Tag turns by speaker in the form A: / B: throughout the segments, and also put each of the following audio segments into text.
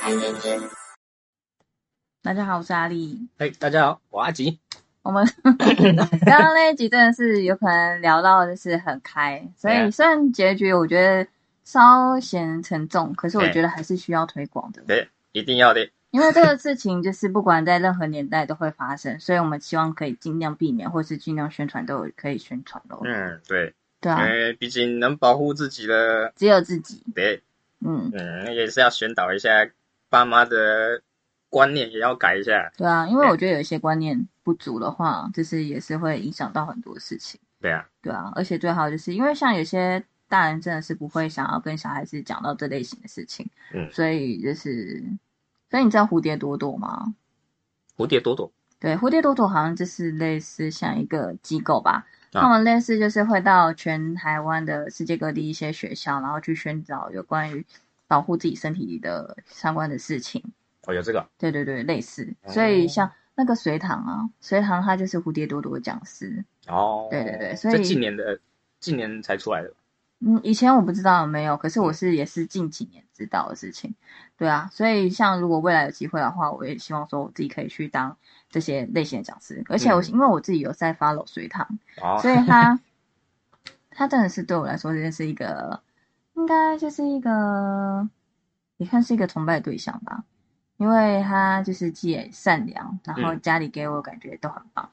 A: 韩甜甜。
B: 大家好，我是阿丽。
C: 嘿，哎大家好，我阿吉。
B: 我们刚刚那一集真的是有可能聊到就是很开，所
C: 对
B: 以
C: 啊
B: 虽然结局我觉得稍显沉重，可是我
C: 对
B: 觉得还是需要推广的，
C: 对，一定要的。
B: 因为这个事情就是不管在任何年代都会发生，所以我们希望可以尽量避免，或是尽量宣传都有可以宣传咯。
C: 嗯，对，
B: 对
C: 因
B: 啊，
C: 为毕竟能保护自己的，
B: 只有自己，
C: 对，
B: 嗯，
C: 嗯，也是要宣导一下爸妈的观念，也要改一下。
B: 对啊，因为
C: 对
B: 我觉得有一些观念不足的话，就是也是会影响到很多事情。
C: 对啊，
B: 对啊，而且最好就是因为像有些大人真的是不会想要跟小孩子讲到这类型的事情，
C: 嗯
B: 所以就是，所以你知道蝴蝶朵朵吗？
C: 蝴蝶朵朵，
B: 对，蝴蝶朵朵好像就是类似像一个机构吧，
C: 啊
B: 他们类似就是会到全台湾的世界各地一些学校，然后去宣导有关于保护自己身体的相关的事情。
C: 哦，有这个，
B: 对对对，类似。
C: 哦
B: 所以像那个隋唐啊，隋唐他就是蝴蝶朵朵讲师。
C: 哦，
B: 对对对所以
C: 这近年的，近年才出来的，
B: 嗯，以前我不知道有没有，可是我是也是近几年知道的事情，对啊，所以像如果未来有机会的话，我也希望说我自己可以去当这些类型的讲师，而且我、
C: 嗯
B: 因为我自己有在 follow 隋唐，
C: 哦，
B: 所以他他真的是对我来说，真的是一个应该就是一个也算是一个崇拜对象吧，因为他就是既也善良，然后
C: 嗯
B: 家里给我感觉都很棒，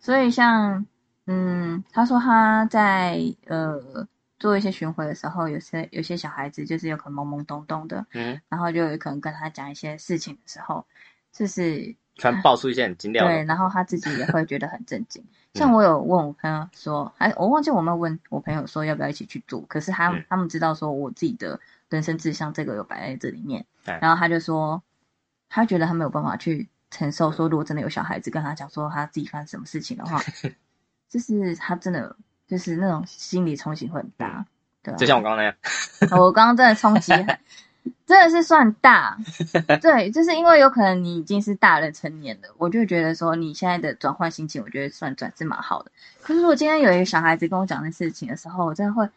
B: 所以像嗯，他说他在呃做一些巡回的时候，有些有些小孩子就是有可能懵懵懂懂的，
C: 嗯，
B: 然后就有可能跟他讲一些事情的时候，就是
C: 突然爆出一些很精料
B: 对，
C: 的，
B: 然后他自己也会觉得很震 惊。像我有问我朋友说，哎，我忘记我们问我朋友说要不要一起去做，可是他、
C: 嗯
B: 他们知道说我自己的人生志向这个有摆在这里面，
C: 哎
B: 然后他就说，他觉得他没有办法去承受说，如果真的有小孩子跟他讲说他自己发生什么事情的 话，就是他真的就是那种心理冲击会很
C: 嗯
B: 大，对、啊，
C: 就像我刚刚那样，
B: 我刚刚真的冲 击很，真的是算大。对，就是因为有可能你已经是大人成年了，我就觉得说你现在的转换心情，我觉得算转是蛮好的。可是如果今天有一个小孩子跟我讲这事情的时候，我真的会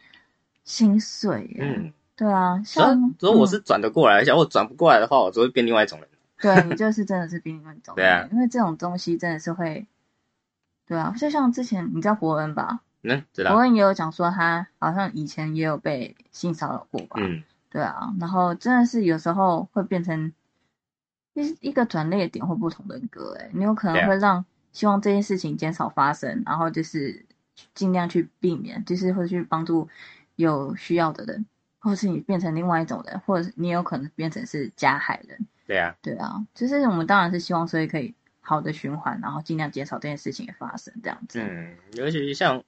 B: 心碎耶。
C: 嗯，
B: 对啊，
C: 所以
B: 像
C: 所以我
B: 嗯
C: 是转得过来，像我转不过来的话，我就会变另外一种人。
B: 对你就是真的是比你们懂，
C: 对啊
B: 因为这种东西真的是会，对啊，就像之前你知道伯恩吧，
C: 嗯，知
B: 伯
C: 道，
B: 恩也有讲说他好像以前也有被性骚扰过吧，
C: 嗯，
B: 对啊，然后真的是有时候会变成一一个转捩点或不同人格、欸，哎，你有可
C: 对
B: 能
C: 啊
B: 会让希望这件事情减少发生，然后就是尽量去避免，就是会去帮助有需要的人，或是你变成另外一种人，或者是你有可能变成是加害人，
C: 对啊，
B: 对啊，就是我们当然是希望所以可以好的循环，然后尽量减少这件事情的发生，这样子，
C: 嗯，尤其像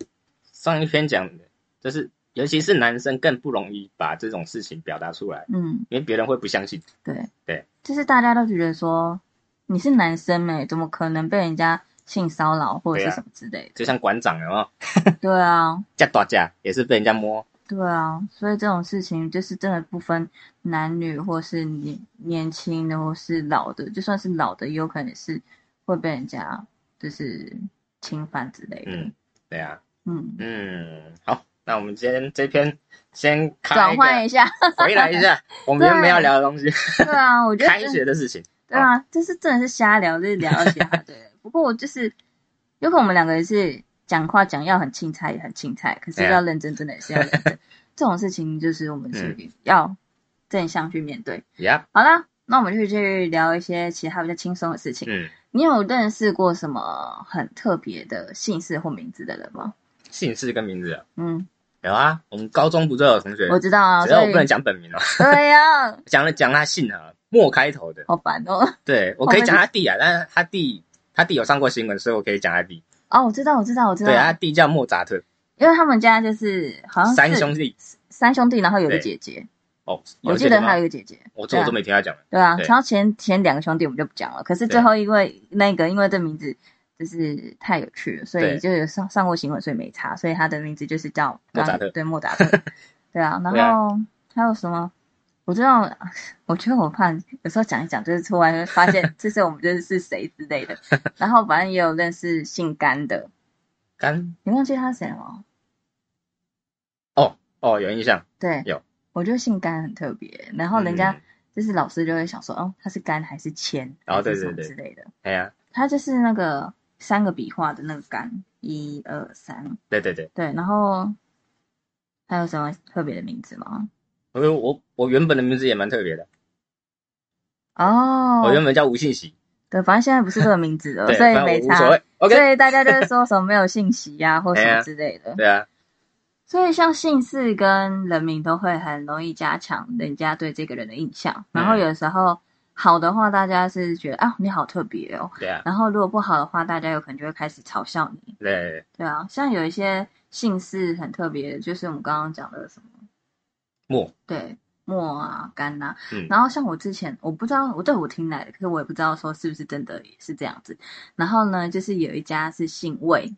C: 上一篇讲的，就是尤其是男生更不容易把这种事情表达出来，
B: 嗯
C: 因为别人会不相信。
B: 对
C: 对，
B: 就是大家都觉得说你是男生哎、怎么可能被人家性骚扰或者
C: 对
B: 是
C: 啊
B: 什么之类
C: 就像馆长有没有
B: 的？对啊，
C: 架打架也是被人家摸，
B: 对啊，所以这种事情就是真的不分男女，或是年年轻的，或是老的，就算是老的，也有可能是会被人家就是侵犯之类的。
C: 嗯，对啊，
B: 嗯，
C: 嗯，好，那我们今天这篇先开
B: 转
C: 一
B: 换
C: 个
B: 一下，
C: 回来一下，我们原本要聊的东西，
B: 对啊，我觉得
C: 开
B: 这
C: 学的事情，
B: 对啊，就是真的是瞎聊，就是聊到其他 对。不过我就是，有可能我们两个人是讲话讲要很轻菜也很轻菜，可是
C: 对啊
B: 要认真，真的也是要认 真。这种事情就是我们是
C: 嗯
B: 要正向去面对。
C: 呀，
B: 好啦，那我们就去聊一些其他比较轻松的事情。
C: 嗯，
B: 你有认识过什么很特别的姓氏或名字的人吗？
C: 姓氏跟名字啊
B: 嗯，
C: 有啊，我们高中不就有同学，
B: 我知道啊，
C: 只要
B: 所
C: 我
B: 以
C: 不能讲本名哦，
B: 对呀、
C: 讲了讲他姓啊，莫开头的，
B: 好烦哦。
C: 对我可以讲他弟啊，但是他弟他弟有上过新闻，所以我可以讲他弟，
B: 哦，我知道，我知道，我知道，
C: 对啊，他弟叫莫扎特，
B: 因为他们家就是好哦像是
C: 三兄弟
B: 三兄弟，然后有个
C: 对
B: 姐姐，
C: 哦，
B: 我
C: 有
B: 记
C: 这
B: 得
C: 个
B: 还
C: 吗
B: 有一？个姐姐，
C: 我这我都没听他讲，
B: 对啊，
C: 对
B: 然后前前两个兄弟我们就不讲了，可是最后因为那个因为这名字就是太有趣了，所以
C: 对
B: 就有上上过新闻，所以没查，所以他的名字就是叫啊
C: 莫扎特
B: 对莫扎 特，对啊，然
C: 对啊
B: 后还有什么？我知道，我觉得我怕有时候讲一讲，就是突然会发现这是我们就是是谁之类 的。然后反正也有认识姓甘的，
C: 干
B: 你忘记他是谁了吗？
C: 哦哦有印象，
B: 对，
C: 有，
B: 我觉得姓甘很特别，然后人家
C: 嗯
B: 就是老师就会想说，哦，它是干还是铅，
C: 哦对
B: 还是什么
C: 对对
B: 之类的。
C: 哎呀，
B: 它就是那个三个笔画的那个干，一二三，
C: 对对对，
B: 对，然后还有什么特别的名字吗？
C: 我我我原本的名字也蛮特别的，
B: 哦
C: 我，原本叫吴信喜，
B: 对，反正现在不是这个名字了，
C: 对，
B: 哦所以
C: 反正
B: 没
C: 我无
B: 差。
C: 所谓，OK，哎
B: 所以大家就会说什么没有信息呀、或什么之类的。
C: 对啊，
B: 所以像姓氏跟人名都会很容易加强人家对这个人的印象。
C: 嗯
B: 然后有时候好的话，大家是觉得啊你好特别哦；
C: 对啊，
B: 然后如果不好的话，大家有可能就会开始嘲笑你。
C: 对对对，
B: 对啊，像有一些姓氏很特别，就是我们刚刚讲的什么
C: 莫，
B: 对。墨啊，干啊，
C: 嗯
B: 然后像我之前我不知道，我对我听来的，可是我也不知道说是不是真的也是这样子。然后呢，就是有一家是姓魏，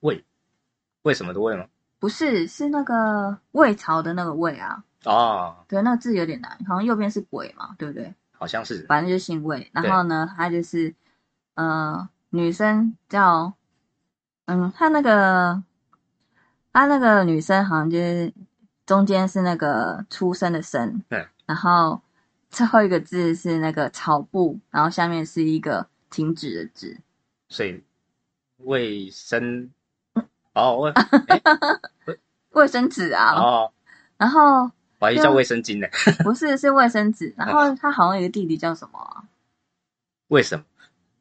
C: 为什么都为吗？
B: 不是，是那个魏朝的那个魏啊，
C: 哦，
B: 对，那个字有点难，好像右边是鬼嘛，对不对？
C: 好像是，
B: 反正就是姓魏。然后呢，他就是呃，女生叫嗯，他那个他那个女生好像就是中间是那个出生的生，
C: 嗯，
B: 然后最后一个字是那个草部，然后下面是一个停止的止，
C: 所以卫生，哦， 卫
B: 卫生纸啊。
C: 哦，
B: 然后
C: 我还叫卫生巾呢，
B: 不是是卫生纸，然
C: 啊
B: 后他好像有一个弟弟叫什么啊、
C: 为什么？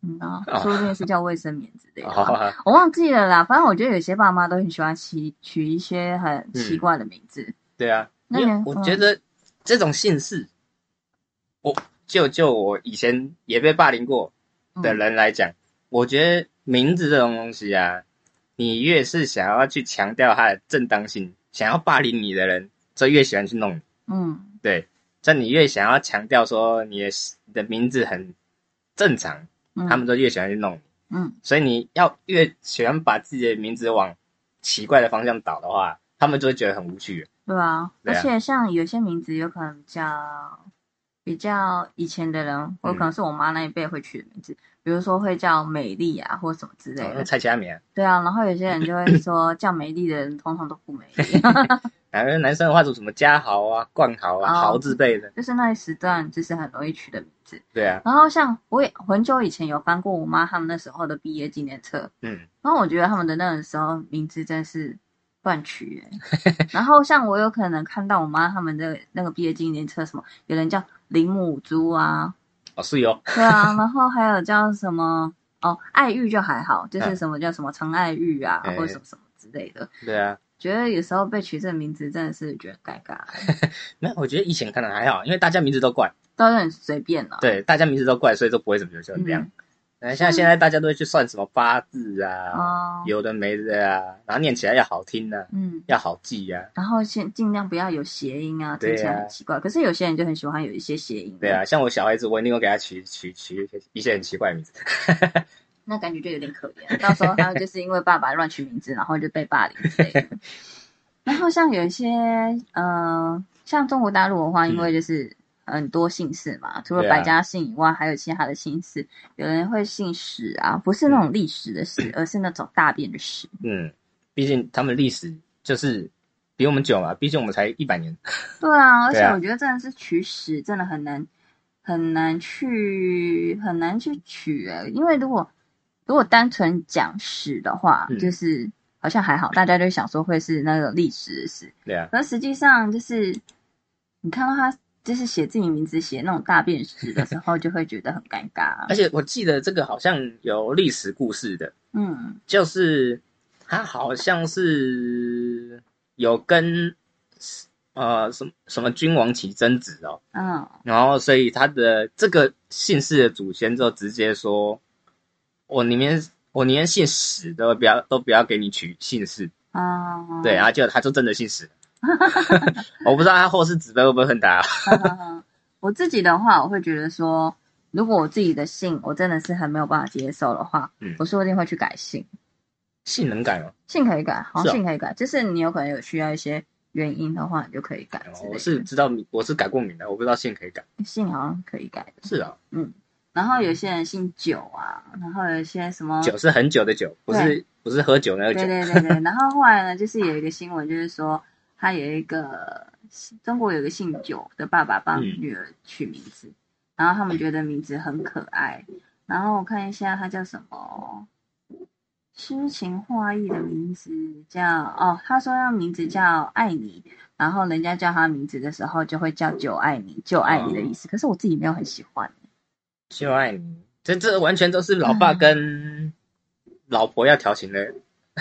B: 嗯啊
C: 哦，
B: 说不定是叫卫生棉之类的吧，
C: 哦，
B: 我忘记了啦。反正我觉得有些爸妈都很喜欢取取一些
C: 嗯
B: 很奇怪的名字。
C: 对啊，
B: 那
C: 因为
B: 你
C: 我
B: 嗯
C: 觉得这种姓氏，我就就我以前也被霸凌过
B: 嗯
C: 的人来讲，我觉得名字这种东西啊，你越是想要去强调它的正当性，想要霸凌你的人，就越喜欢去弄你。
B: 嗯，
C: 对，这你越想要强调说你的你的名字很正常，
B: 嗯
C: 他们就越喜欢去弄你。
B: 嗯
C: 所以你要越喜欢把自己的名字往奇怪的方向倒的话，他们就会觉得很无趣。
B: 对啊，
C: 对啊
B: 而且像有些名字有可能叫比较以前的人，或
C: 嗯
B: 可能是我妈那一辈会取的名字，比如说会叫美丽啊，或什么之类
C: 哦
B: 的。
C: 蔡佳明、啊，
B: 对啊，然后有些人就会 说叫美丽的人通常都不美丽，
C: 然后男生的话就什么嘉豪啊、冠豪啊、
B: 哦
C: 豪字辈的，
B: 就是那一时段就是很容易取的名字。
C: 对啊，
B: 然后像我也很久以前有翻过我妈他们那时候的毕业纪念册，
C: 嗯，
B: 然后我觉得他们的那个时候名字真是乱取、欸。然后像我有可能看到我妈他们的那个毕业纪念册，什么有人叫林母猪啊，
C: 哦是哟，
B: 对啊，然后还有叫什么哦爱玉就还好，就是什么叫什么常爱玉啊，
C: 嗯
B: 或者什么什么之类的。
C: 对啊，
B: 觉得有时候被取这个名字真的是觉得尴尬，
C: 没有，我觉得以前可能还好，因为大家名字都怪，
B: 都很随便啊嗯了、，
C: 对，大家名字都怪，所以都不会怎么就这样。那、像现在大家都会去算什么八字啊，
B: 哦，
C: 有的没的啊，然后念起来要好听啊，
B: 嗯。
C: 要好记啊，
B: 然后先尽量不要有谐音啊，
C: 对啊
B: 听起来很奇怪。可是有些人就很喜欢有一些谐音，
C: 对啊，，像我小孩子，我一定会给他取取取一些很奇怪的名字，
B: 那感觉就有点可怜。到时候他就是因为爸爸乱取名字，然后就被霸凌之 类的。然后像有一些，呃，像中国大陆的话，因为就是很多姓氏嘛，除了
C: 嗯对啊
B: 百家姓以外，还有其他的姓氏。有人会姓史啊，不是那种历史的史，而是那种大便的史。
C: 嗯，毕竟他们历史就是比我们久嘛，毕竟我们才一百年，
B: 对啊，而且
C: 对啊
B: 我觉得真的是取史真的很难，很难去很难去取、欸，因为如果如果单纯讲史的话，
C: 嗯
B: 就是好像还好，大家就想说会是那个历史的史，
C: 对啊，
B: 可是实际上就是你看到他就是写自己名字写那种大便史的时候，就会觉得很尴尬啊
C: 而。且我记得这个好像有历史故事的，
B: 嗯
C: 就是他好像是有跟呃什么什么君王起争执哦，
B: 嗯，
C: 然后所以他的这个姓氏的祖先就直接说，我宁愿我宁愿姓史都不要都不要给你取姓氏，
B: 啊、嗯，
C: 对，然后就他就真的姓史。 我不知道他后世子辈会不会恨他、啊，
B: 我自己的话，我会觉得说，如果我自己的姓我真的是很没有办法接受的话，
C: 嗯
B: 我说不定会去改姓。
C: 性能改吗？
B: 姓可以改，好
C: 是啊
B: 像姓可以改，就是你有可能有需要一些原因的话，你就可以改之类
C: 我
B: 的。
C: 哦是知道，我是改过名的，我不知道姓可以改。
B: 姓好像可以改的。
C: 是啊，
B: 然后有些人姓酒啊，然后有一些什么，
C: 酒是很久的酒，不是不是喝酒那个
B: 对
C: 酒。
B: 对对对。然后后来呢，就是有一个新闻，就是说他有一个中国有个姓九的爸爸帮
C: 嗯
B: 女儿取名字，然后他们觉得名字很可爱。然后我看一下，他叫什么？诗情画意的名字叫哦，他说要名字叫爱你，然后人家叫他名字的时候就会叫九爱你，九爱你的意思。可是我自己没有很喜欢，
C: 就爱你，
B: 嗯
C: 这这完全都是老爸跟老婆要调情的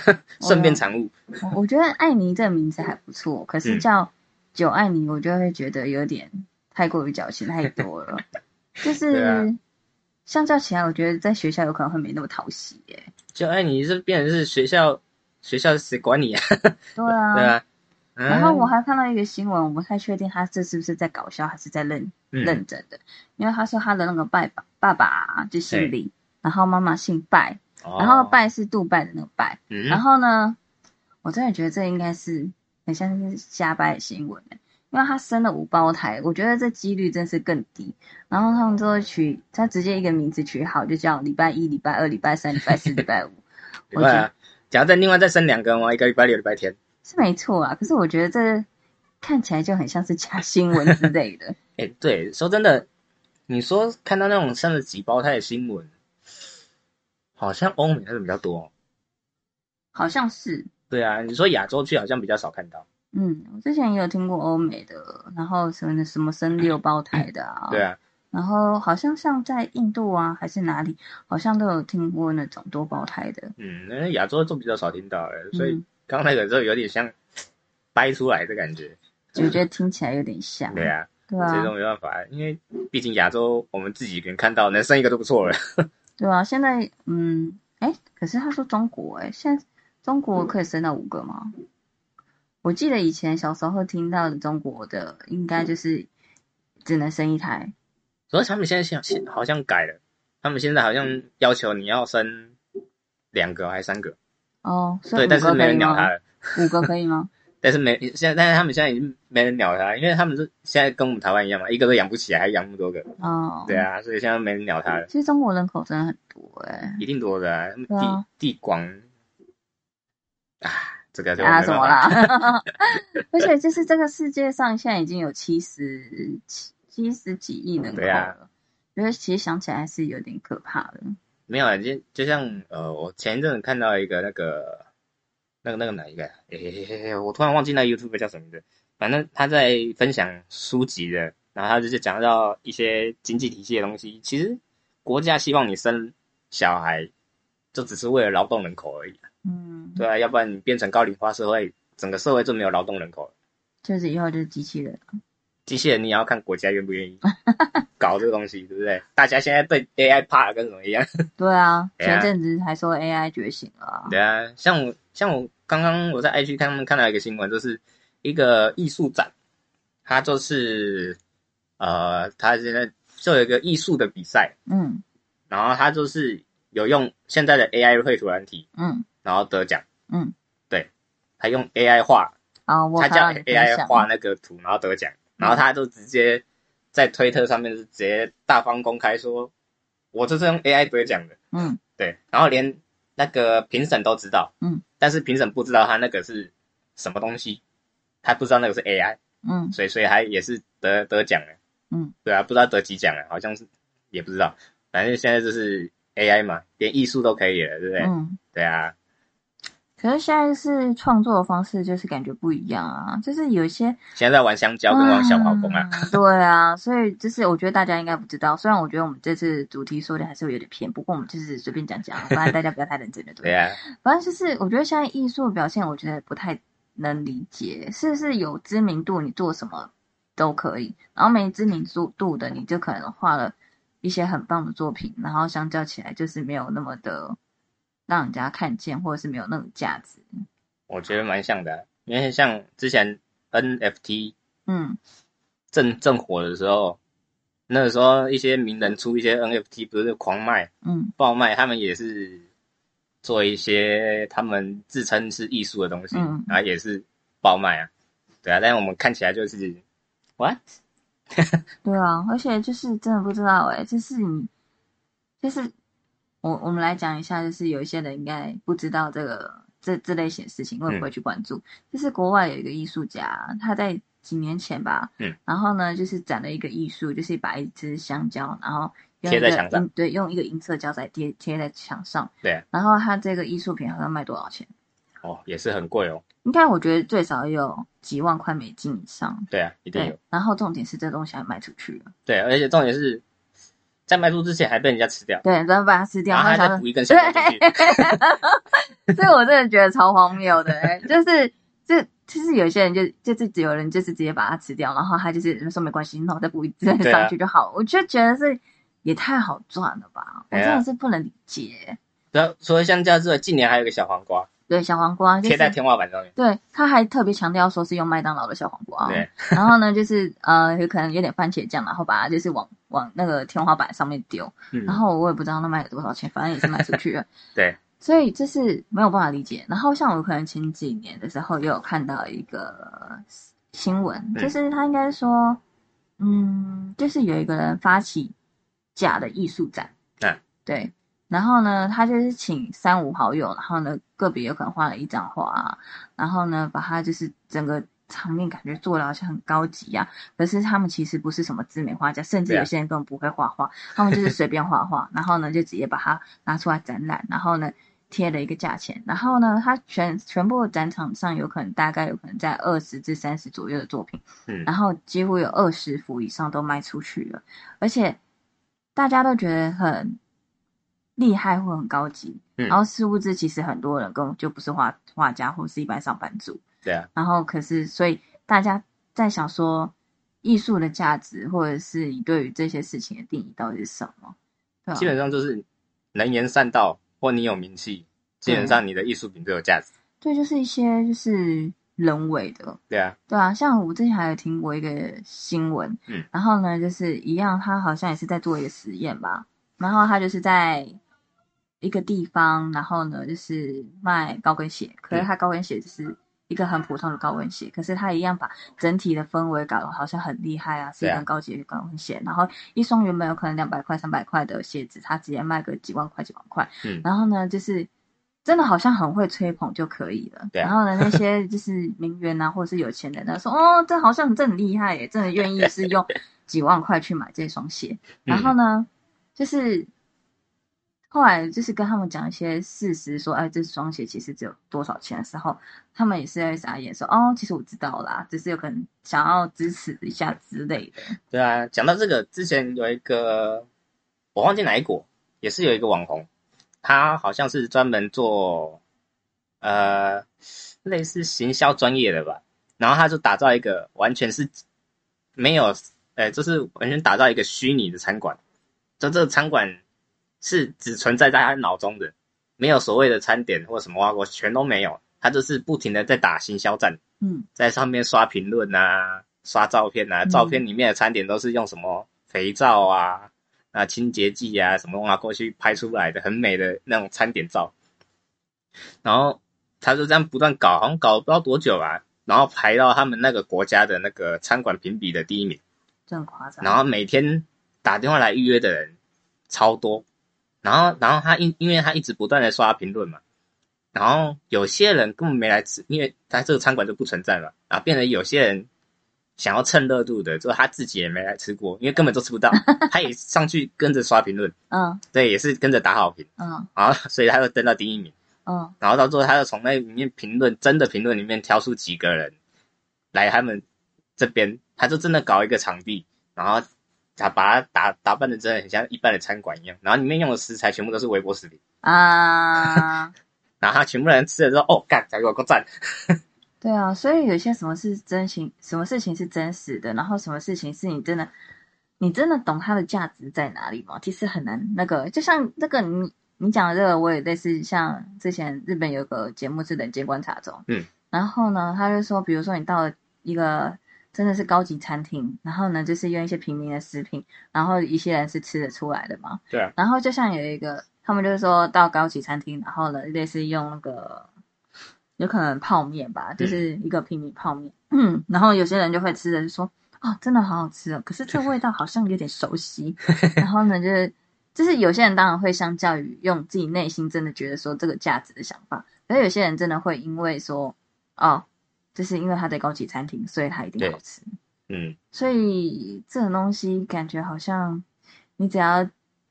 B: 哦
C: 顺便产物。
B: 我我觉得爱你这个名字还不错，可是
C: 嗯
B: 叫九爱你，我就会觉得有点太过于矫情太多了，就
C: 对啊
B: 是相较起来，我觉得在学校有可能会没那么讨喜耶、
C: 就爱你是变成是学校学校谁管你啊？
B: 对啊，
C: 对啊。
B: 然后我
C: 嗯
B: 还看到一个新闻，我不太确定他这是不是在搞笑还是在认
C: 嗯
B: 认真的，因为他说他的那个爸爸爸爸就姓李，然后妈妈姓拜，然后，拜是杜拜的那个拜，
C: 哦嗯
B: 然后呢，我真的觉得这应该是很像是瞎掰的新闻、欸，因为他生了五胞胎，我觉得这几率真是更低。然后他们都会取，他直接一个名字取好，就叫礼拜一、礼拜二、礼拜三、礼拜四、礼拜 五，
C: 对啊，假如再另外再生两个嘛，一个礼拜六，礼拜天。
B: 是没错啊。可是我觉得这看起来就很像是假新闻之类的。
C: 哎、对，说真的，你说看到那种生了几胞胎的新闻，好像欧美那种比较多、哦。
B: 好像是，
C: 对啊，你说亚洲区好像比较少看到。
B: 嗯，我之前也有听过欧美的，然后什么什么生六胞胎的啊，
C: 对啊，
B: 然后好像像在印度啊还是哪里，好像都有听过那种多胞胎的，
C: 嗯，那亚洲就比较少听到了，所以
B: 嗯
C: 刚那个就有点像 掰出来的感觉。
B: 就觉得听起来有点像。
C: 对啊，
B: 嗯对
C: 这
B: 啊，
C: 种没办法，因为毕竟亚洲我们自己一个人看到能生一个都不错了。
B: 对啊，现在嗯，哎，可是他说中国，哎，现在中国可以生到五个吗？我记得以前小时候听到的中国的，应该就是只能生一胎，
C: 主要他们现在现现好像改了，他们现在好像要求你要生两个还是三个，
B: 哦，所以
C: 对，
B: 五
C: 但是
B: 个
C: 没
B: 可以
C: 人鸟
B: 吗
C: 他？了。
B: 五个可以吗？
C: 但是没现在，但是他们现在已经没人鸟他，因为他们是现在跟我们台湾一样嘛，一个都养不起来，还养那么多个，
B: 哦，
C: 对，啊，所以现在没人鸟他了，
B: 其实中国人口真的很多哎、
C: 一定多的、啊，他们
B: 对啊
C: 地地广，啊，这个就
B: 啊，
C: 没办
B: 怎么
C: 法
B: 啦？而且就是这个世界上现在已经有七十七七十几亿人口
C: 对啊
B: 了，觉得其实想起来还是有点可怕的。
C: 没有啊，就就像呃，我前一阵子看到一个那个那个那个哪一个、啊？诶、我突然忘记那 YouTube 叫什么名字。反正他在分享书籍的，然后他就是讲到一些经济体系的东西。其实国家希望你生小孩，就只是为了劳动人口而已，
B: 嗯，
C: 对啊，要不然你变成高龄化社会，整个社会就没有劳动人口了。
B: 就是以后就是机器人。
C: 机器人你也要看国家愿不愿意 搞这个东西，对不对？大家现在对 AI 怕的跟什么一样？
B: 对啊，
C: 对
B: 前
C: 啊
B: 阵子还说 AI 觉醒了啊、
C: 对啊，像我像我刚刚我在 IG 看他们看到一个新闻，就是一个艺术展，它就是呃，它现在就有一个艺术的比赛，
B: 嗯
C: 然后它就是有用现在的 AI 绘图软体，
B: 嗯
C: 然后得奖，
B: 嗯，
C: 对，他用 AI 画，
B: 啊，我
C: 他
B: 看
C: 叫
B: 到你分
C: AI 画
B: 享，
C: 那个图，然后得奖，
B: 嗯
C: 然后他就直接在推特上面就直接大方公开说，我这是用 AI 得奖的。
B: 嗯
C: 对，然后连那个评审都知道，
B: 嗯，
C: 但是评审不知道他那个是什么东西，他不知道那个是 AI，
B: 嗯
C: 所以所以他也是得得奖了，
B: 嗯，
C: 对啊，不知道得几奖了，好像是也不知道，反正现在就是 AI 嘛，连艺术都可以了，对不对？
B: 嗯。
C: 对啊，
B: 可是现在是创作的方式，就是感觉不一样啊，就是有些
C: 现在在玩香蕉跟玩小毛公啊，
B: 嗯对啊，所以就是我觉得大家应该不知道，虽然我觉得我们这次主题说的还是有点偏，不过我们就是随便讲讲，啊反正大家不要太认真的
C: 对
B: 对。
C: 啊，
B: 反正就是我觉得现在艺术的表现，我觉得不太能理解，是不是有知名度你做什么都可以，然后没知名度度的你就可能画了一些很棒的作品，然后相较起来就是没有那么的让人家看见，或者是没有那种价值。
C: 我觉得蛮像的啊、因为像之前 NFT
B: 嗯
C: 正正火的时候，那个时候一些名人出一些 NFT 不是狂卖。
B: 嗯
C: 爆卖，他们也是做一些他们自称是艺术的东西，
B: 嗯
C: 然后也是爆卖啊，对啊，但是我们看起来就是 what
B: 对啊，而且就是真的不知道哎、就是你，就是我我们来讲一下，就是有一些人应该不知道
C: 嗯
B: 这个这这类型的事情，会不会去关注？就是国外有一个艺术家，他在几年前吧，
C: 嗯，
B: 然后呢，就是展了一个艺术，就是把一只香蕉，然后用
C: 贴在
B: 一个
C: 墙上
B: 银对，用一个银色胶带贴贴在墙上，
C: 对啊
B: 然后它这个艺术品好像卖多少钱？
C: 哦，也是很贵哦。
B: 应该我觉得最少也有几万块美金以上。
C: 对啊，一定有
B: 对。，然后重点是这东西还卖出去了，
C: 对，啊而且重点是在卖出之前还被人家吃掉，
B: 对，然后把它吃掉，
C: 然后
B: 然后想
C: 还再
B: 说
C: 补一根香 蕉进去。
B: 这个我真的觉得超荒谬的、欸，就是这就是有些人就就是有人就是直接把它吃掉，然后他就是说没关系，那我再补一只
C: 对啊
B: 上去就好。我就觉得是也太好赚了吧，我
C: 哎呀
B: 真的是不能理解。
C: 然后除了香蕉之外，近年还有一个小黄瓜
B: 对，小黄瓜啊就
C: 贴在
B: 是。
C: 天花板上面。
B: 对，他还特别强调说是用麦当劳的小黄瓜，
C: 对，
B: 然后呢，就是呃，有可能有点番茄酱，然后把它就是往往那个天花板上面丢，然
C: 嗯，
B: 后我也不知道那卖了多少钱，反正也是卖出去了。
C: 对，
B: 所以这是没有办法理解。然后像我可能前几年的时候也有看到一个新闻，
C: 嗯
B: 就是他应该说，嗯，就是有一个人发起假的艺术展，
C: 嗯
B: 对。然后呢，他就是请三五好友，然后呢，个别有可能画了一张画啊，然后呢，把它就是整个场面感觉做的好像很高级呀、可是他们其实不是什么知名画家，甚至
C: 对啊
B: 有些人根本不会画画，他们就是随便画画，然后呢就直接把它拿出来展览，然后呢贴了一个价钱，然后呢它全全部展场上有可能大概有可能在二十至三十左右的作品，
C: 嗯
B: 然后几乎有二十幅以上都卖出去了，而且大家都觉得很厉害或很高级，
C: 嗯
B: 然后殊不知其实很多人根本就不是画画家或是一般上班族，
C: 对啊，
B: 然后可是，所以大家在想说，艺术的价值，或者是你对于这些事情的定义到底是什么？对啊吧
C: 基本上就是能言善道或你有名气，基本上你的艺术品都有价值。
B: 对，就是一些就是人为的，
C: 对啊，
B: 对啊，像我之前还有听过一个新闻，
C: 嗯
B: 然后呢，就是一样，他好像也是在做一个实验吧，然后他就是在一个地方，然后呢，就是卖高跟鞋，可是他高跟鞋就是一个很普通的高跟鞋，可是他一样把整体的氛围搞得好像很厉害啊，是一
C: 对啊
B: 个很高级的高跟鞋，然后一双原本有可能两百块、三百块的鞋子，他直接卖个几万块、几万块，
C: 嗯
B: 然后呢，就是真的好像很会吹捧就可以了。
C: 对啊
B: 然后呢，那些就是名媛啊，或者是有钱人呢，说哦，这好像真的很厉害耶，真的愿意是用几万块去买这双鞋。然
C: 嗯
B: 后呢，就是后来就是跟他们讲一些事实说，哎，这双鞋其实只有多少钱的时候，他们也是在傻眼说，哦，其实我知道啦，只是有可能想要支持一下之类的。
C: 对啊。讲到这个，之前有一个我忘记哪一国，也是有一个网红，他好像是专门做呃类似行销专业的吧，然后他就打造一个完全是没有，呃，就是完全打造一个虚拟的餐馆，就这个餐馆是只存在在他脑中的，没有所谓的餐点或什么挖锅，全都没有，他就是不停的在打行销战。
B: 嗯，
C: 在上面刷评论啊，刷照片啊，
B: 嗯
C: 照片里面的餐点都是用什么肥皂啊、啊清洁剂啊什么啊过去拍出来的，很美的那种餐点照。然后他就这样不断搞，好像搞不知道多久啊，然后排到他们那个国家的那个餐馆评比的第一名。
B: 真的很夸张。
C: 然后每天打电话来预约的人超多，然后然后他因因为他一直不断的刷评论嘛，然后有些人根本没来吃，因为他这个餐馆就不存在嘛，然后变成有些人想要蹭热度的，就是他自己也没来吃过，因为根本都吃不到，他也上去跟着刷评论，
B: 嗯
C: 对，也是跟着打好评，
B: 嗯
C: 然后所以他就登到第一名，
B: 嗯，
C: 然后到最后他就从那里面评论真的评论里面挑出几个人来他们这边，他就真的搞一个场地，然后他把它打打扮的真的很像一般的餐馆一样，然后里面用的食材全部都是微波食品，
B: 啊。
C: 然后他全部人吃了之后，哦，干，才给我个赞，
B: 对啊，所以有些什么是真情，什么事情是真实的，然后什么事情是你真的，你真的懂它的价值在哪里吗？其实很难。那个就像那个你你讲的这个，我也类似像之前日本有个节目是《人间观察中》，
C: 嗯，
B: 然后呢，他就说，比如说你到了一个真的是高级餐厅，然后呢，就是用一些平民的食品，然后一些人是吃得出来的嘛，
C: 对啊，
B: 然后就像有一个，他们就是说到高级餐厅，然后呢，类似用那个，有可能泡面吧，就是一个平民泡面。嗯，然后有些人就会吃的就说，哦，真的好好吃哦，可是这味道好像有点熟悉。然后呢，就是就是有些人当然会相较于用自己内心真的觉得说这个价值的想法，可是有些人真的会因为说，哦，就是因为它在高级餐厅，所以它一定好吃。
C: 嗯，
B: 所以这种东西感觉好像你只要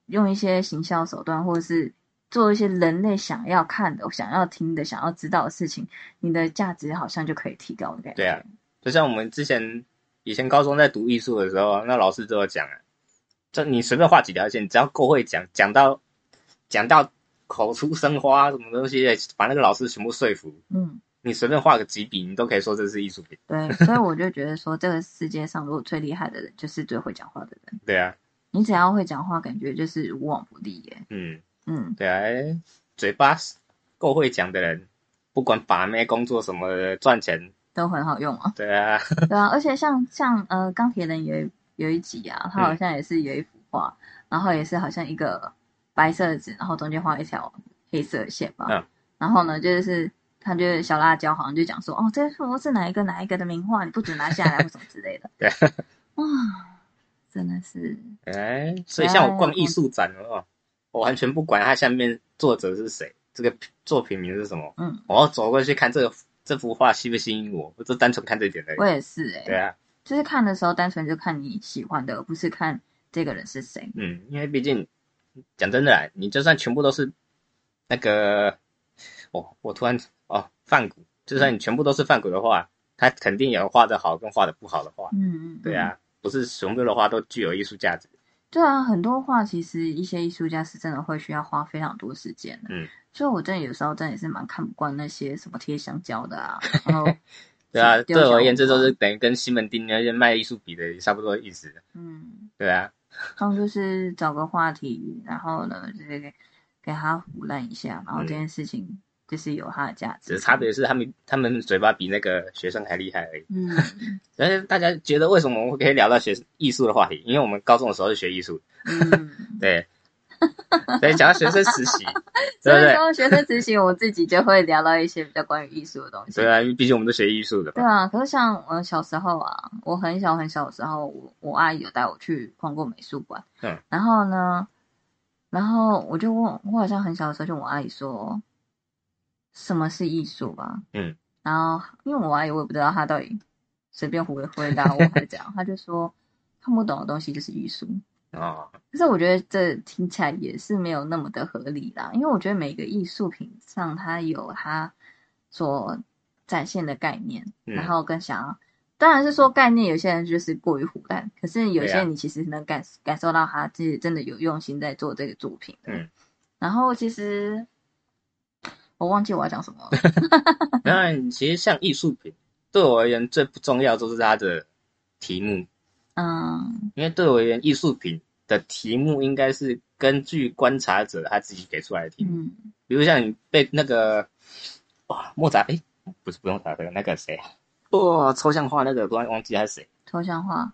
B: 用一些行销手段，或者是做一些人类想要看的、想要听的、想要知道的事情，你的价值好像就可以提高的感觉。
C: 对啊，就像我们之前以前高中在读艺术的时候，那老师都有讲啊，就你随便画几条线，只要够会讲，讲到讲到口出生花什么东西的，把那个老师全部说服，
B: 嗯，
C: 你随便画个几笔，你都可以说这是艺术品。
B: 对，所以我就觉得说，这个世界上如果最厉害的人，就是最会讲话的人。
C: 对啊，
B: 你只要会讲话，感觉就是无往不利耶。
C: 嗯，
B: 嗯，
C: 对啊，哎嘴巴够会讲的人，不管把妹工作什么的赚钱，
B: 都很好用啊。
C: 对啊，
B: 对啊，而且像像呃钢铁人有一有一集啊，他好
C: 嗯
B: 像也是有一幅画，然后也是好像一个白色的纸，然后中间画一条黑色的线吧。
C: 嗯
B: 然后呢，就是他就是小辣椒好像就讲说，哦，这幅是哪一个哪一个的名画，你不准拿下来或什么之类的。
C: 对，
B: 哇，真的是
C: 哎，所以像我逛艺术展哦，我完全不管它下面作者是谁，这个作品名是什么，
B: 嗯，
C: 我要走过去看这个这幅画吸不吸引我，我就单纯看这一点而
B: 我
C: 已。
B: 也是哎、
C: 对啊，
B: 就是看的时候单纯就看你喜欢的，而不是看这个人是谁。
C: 嗯，因为毕竟讲真的啦，你就算全部都是那个，哦，我突然哦，范谷，就算你全部都是范谷的话，他肯定有画的好跟画的不好的画。
B: 嗯嗯，
C: 对
B: 嗯。
C: 啊，不是所有的画都具有艺术价值。
B: 对啊，很多画其实一些艺术家是真的会需要花非常多时间的。
C: 嗯，
B: 所以我真的有时候真的也是蛮看不惯那些什么贴香蕉的 啊，然后
C: 对啊，
B: 丢
C: 对我
B: 小
C: 而言，这
B: 黄
C: 都
B: 瓜
C: 是等于跟西门町那些卖艺术品的差不多意思。
B: 嗯，
C: 对啊，
B: 他们就是找个话题，然后呢，就是给给他胡乱一下，然后这件事情就是有它的价值。
C: 只是嗯差别是他们他们嘴巴比那个学生还厉害而已。
B: 嗯，
C: 但是大家觉得为什么我们可以聊到学艺术的话题？因为我们高中的时候是学艺术，
B: 嗯，
C: 对。 所以讲到学生实习，对不
B: 所以
C: 对？
B: 说学生执行，我自己就会聊到一些比较关于艺术的东西。
C: 对啊，因为毕竟我们都学艺术的
B: 对
C: 嘛。
B: 啊，可是像我小时候啊，我很小很小的时候，我我阿姨有带我去逛过美术馆，
C: 嗯，
B: 然后呢，然后我就问，我好像很小的时候就问我阿姨说，什么是艺术吧？
C: 嗯，
B: 然后因为我阿姨我也不知道她到底随便回回答我还是怎样，她就说看不懂的东西就是艺术。啊
C: 哦，
B: 可是我觉得这听起来也是没有那么的合理啦，因为我觉得每个艺术品上它有它所展现的概念，
C: 嗯
B: 然后跟想要，当然是说概念，有些人就是过于胡乱，可是有些
C: 对啊
B: 人你其实能感、感受到他自己真的有用心在做这个作品的。
C: 嗯
B: 然后其实我忘记我要讲什么了，
C: 那其实像艺术品，对我而言最不重要就是它的题目，
B: 嗯
C: 因为对我而言，艺术品的题目应该是根据观察者他自己给出来的题目。
B: 嗯，
C: 比如像你被那个哇莫扎诶，不是不用查这个那个谁啊？哦，抽象画那个，突然忘记他是谁，
B: 抽象画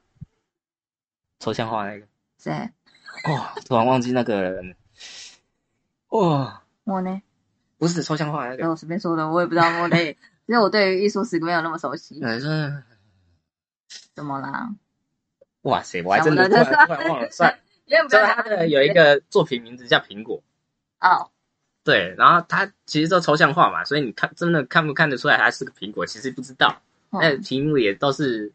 C: 抽象画那个，
B: 谁
C: 哦，突然忘记那个人，哦，
B: 莫内，
C: 不是抽象画那
B: 对
C: 个，
B: 我随便说的，我也不知道莫内，因为我对于艺术史没有那么熟悉，
C: 呃，是
B: 怎么啦？
C: 哇塞，我还真的
B: 想
C: 突
B: 不到
C: 然突然忘了，算，
B: 也 不
C: 就
B: 要
C: 是他的有一个作品名字叫《苹果》，
B: 哦，
C: 对，然后他其实都抽象画嘛，所以你看真的看不看得出来它是个苹果，其实不知道。那
B: 嗯
C: 题目也都是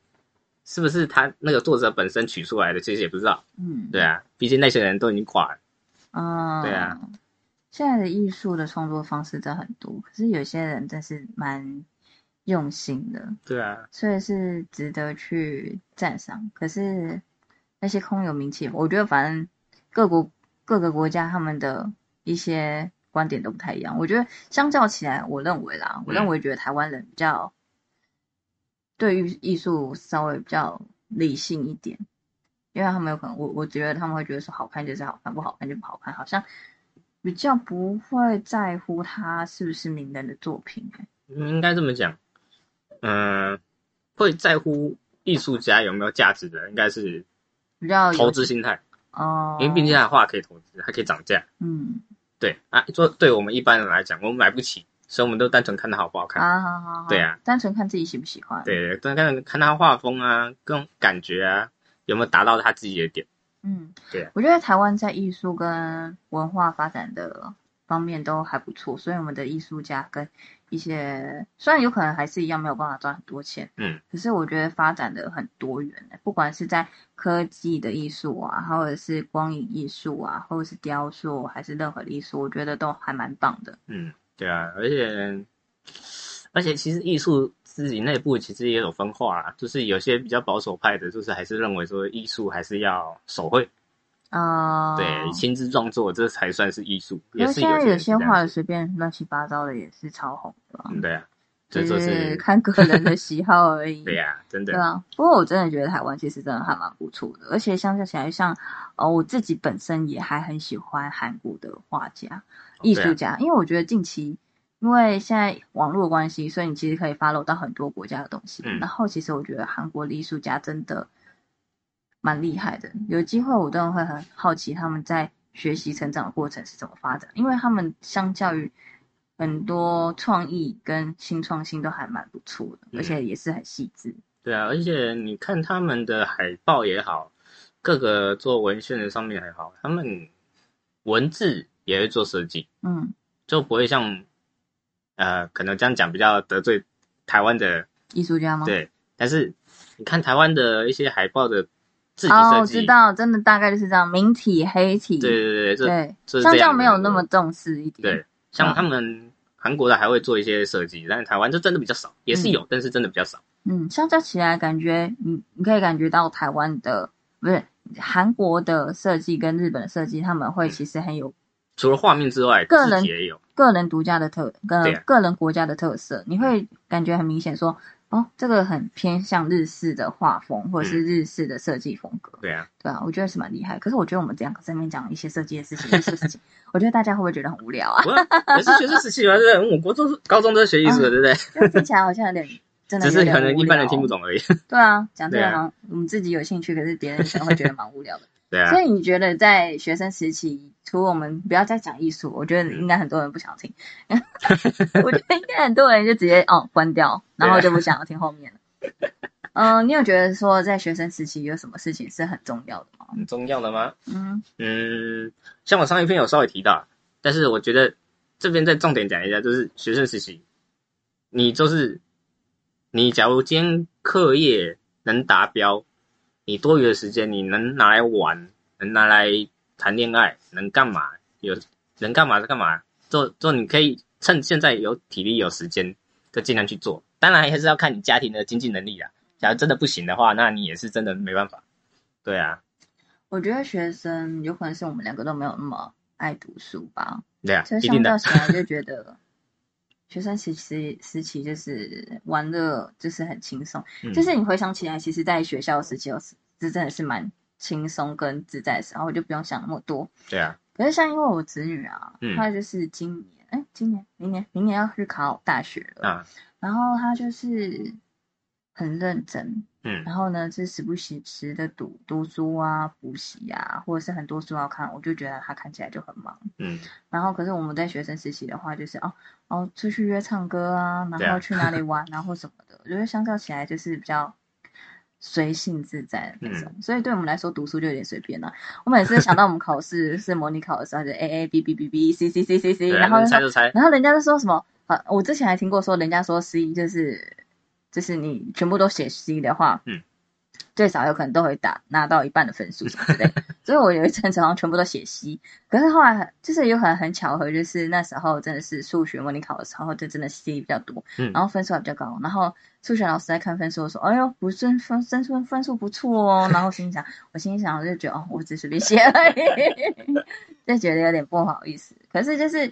C: 是不是他那个作者本身取出来的，其实也不知道。
B: 嗯，
C: 对啊，毕竟那些人都已经垮了。
B: 啊
C: 对啊。
B: 现在的艺术的创作方式真的很多，可是有些人真是蛮用心的，
C: 对啊，
B: 所以是值得去赞赏。可是那些空有名气，我觉得反正各国各个国家他们的一些观点都不太一样。我觉得相较起来，我认为啦，我认
C: 嗯
B: 为觉得台湾人比较对于艺术稍微比较理性一点，因为他们有可能，我我觉得他们会觉得说好看就是好看，不好看就不好看，好像比较不会在乎它是不是名人的作品、欸。
C: 应该这么讲。嗯、会在乎艺术家有没有价值的，应该是
B: 比较有
C: 投资心态，
B: 哦，
C: 因为毕竟他的画可以投资，还可以涨价。
B: 嗯
C: 对啊，做对我们一般人来讲，我们买不起，所以我们都单纯看它好不好看。
B: 啊，好好好，
C: 对啊，
B: 单纯看自己喜不喜欢。，
C: 对，但看看他画风啊，各种感觉啊，有没有达到他自己的点。
B: 嗯，
C: 对啊
B: 我觉得台湾在艺术跟文化发展的方面都还不错，所以我们的艺术家跟一些虽然有可能还是一样没有办法赚很多钱，
C: 嗯，
B: 可是我觉得发展的很多元、不管是在科技的艺术啊，或者是光影艺术啊，或者是雕塑，还是任何的艺术，我觉得都还蛮棒的。
C: 嗯，对啊，而且而且其实艺术自己内部其实也有分化啦，就是有些比较保守派的，就是还是认为说艺术还是要手绘，
B: 啊、
C: 对，亲自创作这才算是艺术，也
B: 因为
C: 是
B: 现在
C: 有
B: 有些
C: 些人是这样
B: 画的
C: 子
B: 随便乱七八糟的也是超红的啊、
C: 嗯，对啊，这
B: 只
C: 就是是
B: 看个人的喜好而已。
C: 对呀、真的
B: 嗯对，啊，不过我真的觉得台湾其实真的还蛮不错的，而且相较起来像，呃，我自己本身也还很喜欢韩国的画家、艺
C: 啊
B: 术家，因为我觉得近期因为现在网络的关系，所以你其实可以 follow 到很多国家的东西。
C: 嗯
B: 然后其实我觉得韩国的艺术家真的蛮厉害的，有机会我真的会很好奇他们在学习成长的过程是怎么发展，因为他们相较于很多创意跟新创新都还蛮不错
C: 嗯
B: 的，而且也是很细致。
C: 对啊，而且你看他们的海报也好，各个做文宣的上面也好，他们文字也会做设计，
B: 嗯，
C: 就不会像呃，可能这样讲比较得罪台湾的
B: 艺术家吗？，哦
C: 对，但是你看台湾的一些海报的自己
B: 哦，
C: 设
B: 我
C: 计，
B: 知道，真的大概就是这样，明体、黑体，
C: 对对对，这
B: 对，
C: 这是
B: 相
C: 这
B: 较
C: 样
B: 没
C: 的
B: 有那么嗯重视一点。
C: 对，像他们韩国的还会做一些设计，但是台湾就真的比较少，也是有，但是真的比较少。
B: 嗯，相较起来，感觉你你可以感觉到台湾的不是韩国的设计跟日本的设计，他们
C: 嗯
B: 会其实很有
C: 除了画面之外，
B: 个
C: 字
B: 人
C: 体也有，
B: 个人独家的特
C: 对
B: 跟
C: 啊嗯
B: 个人国家的特色，你会感觉很明显说，哦，这个很偏向日式的画风或者
C: 嗯
B: 是日式的设计风格。
C: 对 啊，
B: 对啊，我觉得是蛮厉害。可是我觉得我们这样这边讲一些设计 的事情、艺术的事情，我觉得大家会不会觉得很无聊啊？
C: 我我是学生时期嘛，对不嗯对？我国中高中都在学艺术的，对不对？
B: 就听起来好像有点，嗯真的
C: 只
B: 有
C: 是
B: 点
C: 可能
B: 无
C: 一般人
B: 聊
C: 听不。懂而已。
B: 对啊，讲这个
C: 对啊
B: 蛮，我们自己有兴趣，可是别人可能会觉得蛮无聊的。
C: 对啊
B: 所，以你觉得在学生时期，除了我们不要再讲艺术，我觉
C: 嗯
B: 得应该很多人不想听。 我觉得应该很多人就直接哦关掉，然后就不想要听后面了。嗯，你有觉得说在学生时期有什么事情是很重要的吗？
C: 很重要的吗？
B: 嗯，
C: 嗯，像我上一篇有稍微提到，但是我觉得这边再重点讲一下，就是学生时期，你就是你假如今天课业能达标，你多余的时间你能拿来玩，能拿来谈恋爱，能干嘛？有能干嘛就干嘛，做做你可以趁现在有体力有时间，就尽量去做。当然还是要看你家庭的经济能力啊。假如真的不行的话，那你也是真的没办法。对啊，
B: 我觉得学生有可能是我们两个都没有那么爱读书吧，
C: 对啊，
B: 所以
C: 一
B: 相
C: 定的
B: 较。起来就觉得，学生时期时期就是玩乐就是很轻松，
C: 嗯
B: 就是你回想起来，其实在学校时期有时这真的是蛮轻松跟自在的时候，我就不用想那么多。
C: 对啊，
B: 可是像因为我侄女啊，
C: 嗯
B: 她就是今年哎、今年明年明年要去考大学了，
C: 啊，
B: 然后她就是很认真，
C: 嗯
B: 然后呢，是时不时时的读读书啊、补习啊，或者是很多书要看，我就觉得他看起来就很忙。
C: 嗯，
B: 然后，可是我们在学生时期的话，就是哦哦，出去约唱歌啊，
C: 对
B: 然
C: 啊
B: 后去哪 里玩啊，或什么的，我觉得相较起来就是比较随性自在的那种。
C: 嗯
B: 所以对我们来说，读书就有点随便了、我每次想到我们考试是模拟考的时候，就 A A B B B B C C C C C，
C: 对啊
B: 然后
C: 能
B: 就说
C: 猜就猜，
B: 然后人家就说什么啊，我之前还听过说，人家说 C 就是就是你全部都写 C 的话，
C: 嗯，
B: 最少有可能都会打拿到一半的分数什么之类的。所以我有一阵子好像全部都写 C，可是后来很就是有可能很巧合，就是那时候真的是数学模拟考的时候，就真的 C 比较多，
C: 嗯
B: 然后分数还比较高。然后数学老师在看分数说：“哎呦，不是分分数分数不错哦。”然后我心里想，我心里想我就觉得哦，我只随便写而已。 就觉得有点不好意思。可是就是，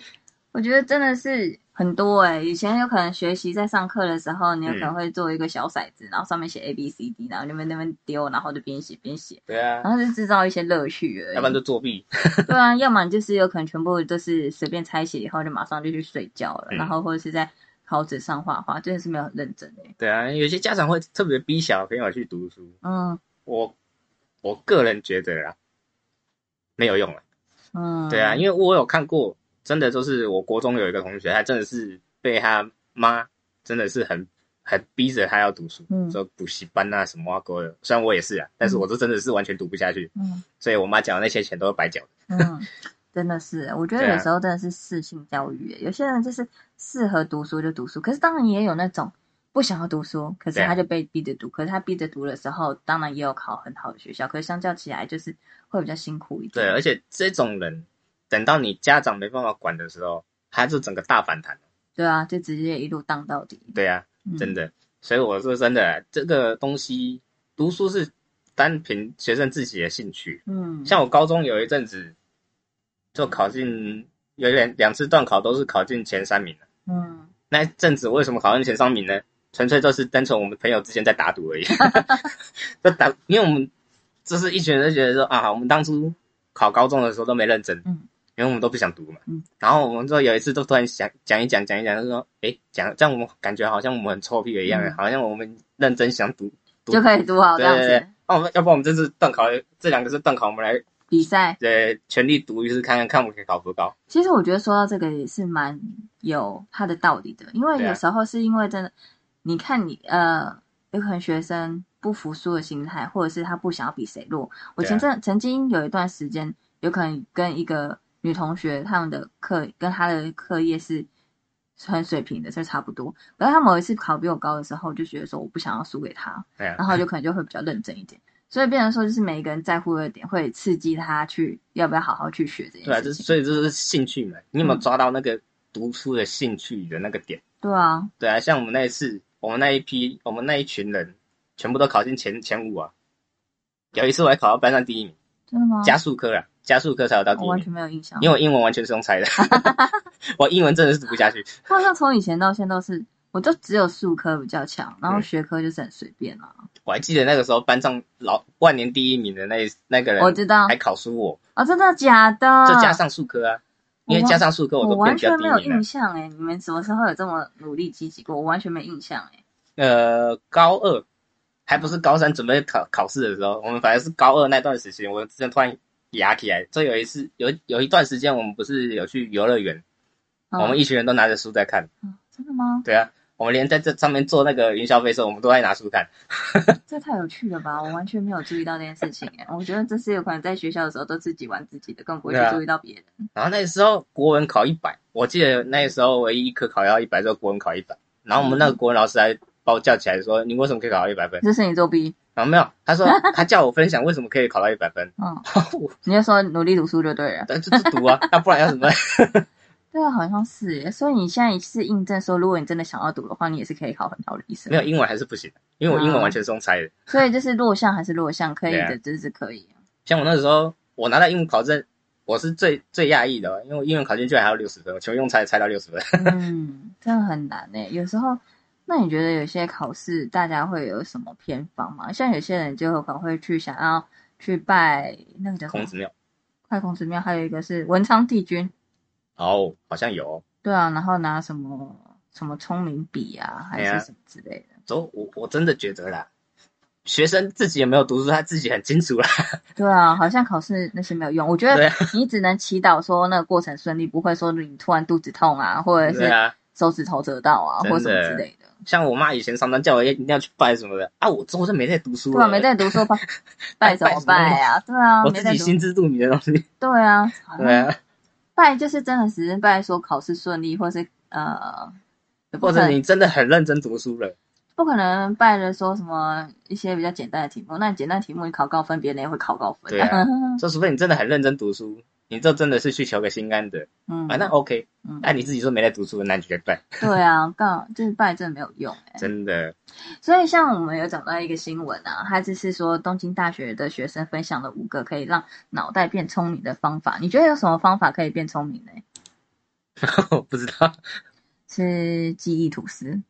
B: 我觉得真的是很多哎、以前有可能学习在上课的时候，你有可能会做一个小骰子，然后上面写 A B C D，然后你们那边丢，然后就边写边写，
C: 对啊
B: 然，后就制造一些乐趣而已。
C: 要不然就作弊，
B: 对啊，要么你就是有可能全部都是随便拆写以后就马上就去睡觉了，
C: 嗯
B: 然后或者是在考纸上画画，真的是没有很认真哎、
C: 对啊，有些家长会特别逼小朋友去读书，
B: 嗯
C: 我我个人觉得啦，没有用了，
B: 嗯，
C: 对啊，因为我有看过，真的就是我国中有一个同学，他真的是被他妈真的是很很逼着他要读书，
B: 嗯
C: 说补习班啊什么啊勾的，虽嗯然我也是啊，但是我这真的是完全读不下去，
B: 嗯
C: 所以我妈缴的那些钱都是白缴的，
B: 嗯，真的是，我觉
C: 对
B: 得
C: 啊
B: 有时候真的是适性教育欸耶、有些人就是适合读书就读书，可是当然也有那种不想要读书，可是
C: 对啊
B: 他就被逼着读，可是他逼着读的时候，当然也有考很好的学校，可是相较起来就是会比较辛苦一点。
C: 对，而且这种人，等到你家长没办法管的时候，他就整个大反弹。
B: 对啊，就直接一路荡到底。
C: 对啊，
B: 嗯
C: 真的。所以我说真的，这个东西读书是单凭学生自己的兴趣。
B: 嗯，
C: 像我高中有一阵子，就考进有两两次段考都是考进前三名的。
B: 嗯，
C: 那一阵子为什么考进前三名呢？纯粹就是单纯我们朋友之间在打赌而已。 就打，因为我们就是一群人就觉得说啊，我们当初考高中的时候都没认真，
B: 嗯，
C: 因为我们都不想读嘛，
B: 嗯。
C: 然后我们就有一次都突然想讲一讲讲一讲，就说诶，讲这样我们感觉好像我们很臭屁一样，啊
B: 嗯
C: 好像我们认真想读。读
B: 就可以读好这
C: 对
B: 样
C: 对对
B: 子。，
C: 那、我们要不然我们这次段考，这两个是段考，我们来
B: 比赛，
C: 呃全力读一次，看看看我们可以考多高。
B: 其实我觉得说到这个也是蛮有它的道理的，因为
C: 对啊
B: 有时候是因为真的，你看你呃，有可能学生不服输的心态，或者是他不想要比谁弱。我
C: 对啊
B: 前阵曾经有一段时间，有可能跟一个女同学他们的课跟她的课业是很水平的，是差不多。然后她某一次考比我高的时候，我就觉得说我不想要输给她，
C: 对啊
B: 然，后就可能就会比较认真一点。所以变成说，就是每一个人在乎的点会刺激他去要不要好好去学这件事情。
C: 对啊，这所以这是兴趣嘛，你有
B: 嗯
C: 没有抓到那个读书的兴趣的那个点？
B: 对啊，
C: 对啊，像我们那一次，我们那一批，我们那一群人，全部都考进前前五啊。有一次我还考到班上第一名，
B: 真的吗？
C: 加数科啊，加数科才有到第
B: 我
C: 一
B: 完
C: 名，
B: 全没有印象，
C: 因为我英文完全是用猜的， 我英文真的是读不下去。
B: 我好像从以前到现在都是，我就只有数科比较强，然后
C: 嗯
B: 学科就是很随便啊。
C: 我还记得那个时候班上老万年第一名的那那个人，
B: 我知道
C: 还考输我，
B: 哦，真的假的？
C: 就加上数科啊，因为加上数科
B: 我
C: 都变
B: 完
C: 比较啊
B: 全没有
C: 第一名
B: 印
C: 了。
B: 象哎，你们什么时候有这么努力积极过？我完全没印象哎。
C: 呃，高二还不是高三准备考考试的时候，我们反正是高二那段时间，我之前突然牙起来，就有一次有有一段时间我们不是有去游乐园。
B: 嗯
C: 我们一群人都拿着书在看，
B: 嗯真的吗？
C: 对啊，我们连在这上面坐那个云霄飞车，我们都在拿书看。
B: 这太有趣了吧！我完全没有注意到这件事情哎。我觉得这是有可能在学校的时候都自己玩自己的，更不会
C: 对啊
B: 去注意到别人。
C: 然后那时候国文考一百，我记得那时候唯一一科考到一百，就国文考一百。然后我们那个国文老师还把我叫起来说：“你为什么可以考到一百分
B: 这是你作弊，？”
C: 然后没有，他说 他叫我分享为什么可以考到一百分。
B: 嗯，
C: 我
B: 你就说努力读书就对了。
C: 但就就读啊，那不然要怎么办？
B: 对啊，好像是耶。所以你现在是印证说，如果你真的想要读的话，你也是可以考很好的医生。
C: 没有英文还是不行，因为我英文完全是用猜的。
B: 所以就是弱项还是弱项，可以
C: 对啊
B: 的，就是可以。
C: 像我那时候，我拿到英文考证，我是最最讶异的，因为我英文考卷居然还有六十分，我全部用猜猜到六十分。
B: 嗯，真的很难呢、有时候，那你觉得有些考试大家会有什么偏方吗？像有些人就有可能会去想要去拜那个叫什
C: 孔
B: 么
C: 子庙，
B: 快孔子庙，还有一个是文昌帝君。
C: 哦，好像有、哦。
B: 对啊，然后拿什么什么聪明笔啊，还
C: 哎呀
B: 是什么之类的。
C: 走，我我真的觉得啦，学生自己有没有读书，他自己很清楚啦。
B: 对啊，好像考试那些没有用。我觉
C: 对
B: 得
C: 啊
B: 你只能祈祷说那个过程顺利，不会说你突然肚子痛啊，或者
C: 对
B: 是
C: 啊，
B: 手指头折到啊，
C: 真
B: 或
C: 的
B: 什么之类的。
C: 像我妈以前常常叫我一定要去拜什么的啊，我之后就没在读书
B: 对啊，
C: 了，
B: 没在读书 拜拜什么拜啊？对啊，
C: 我
B: 没
C: 自
B: 在
C: 己
B: 读。
C: 心知肚明的东西。
B: 对啊，好
C: 对
B: 像
C: 啊，
B: 拜就是真的只是拜说考试顺利，或是呃，也不
C: 或
B: 可
C: 者
B: 能
C: 你真的很认真读书了，
B: 不可能拜了说什么一些比较简单的题目。那简单题目你考高分，别人也会考高分。
C: 对啊说除非你真的很认真读书，你这真的是去求个心安的
B: 嗯，
C: 啊，那 OK。
B: 嗯，
C: 那你自己说没在读书，那你就去拜，
B: 对啊，告就是拜真的没有用哎、
C: 真的。
B: 所以，像我们有找到一个新闻啊，它就是说东京大学的学生分享了五个可以让脑袋变聪明的方法。你觉得有什么方法可以变聪明呢？
C: 我不知道，
B: 吃记忆吐司，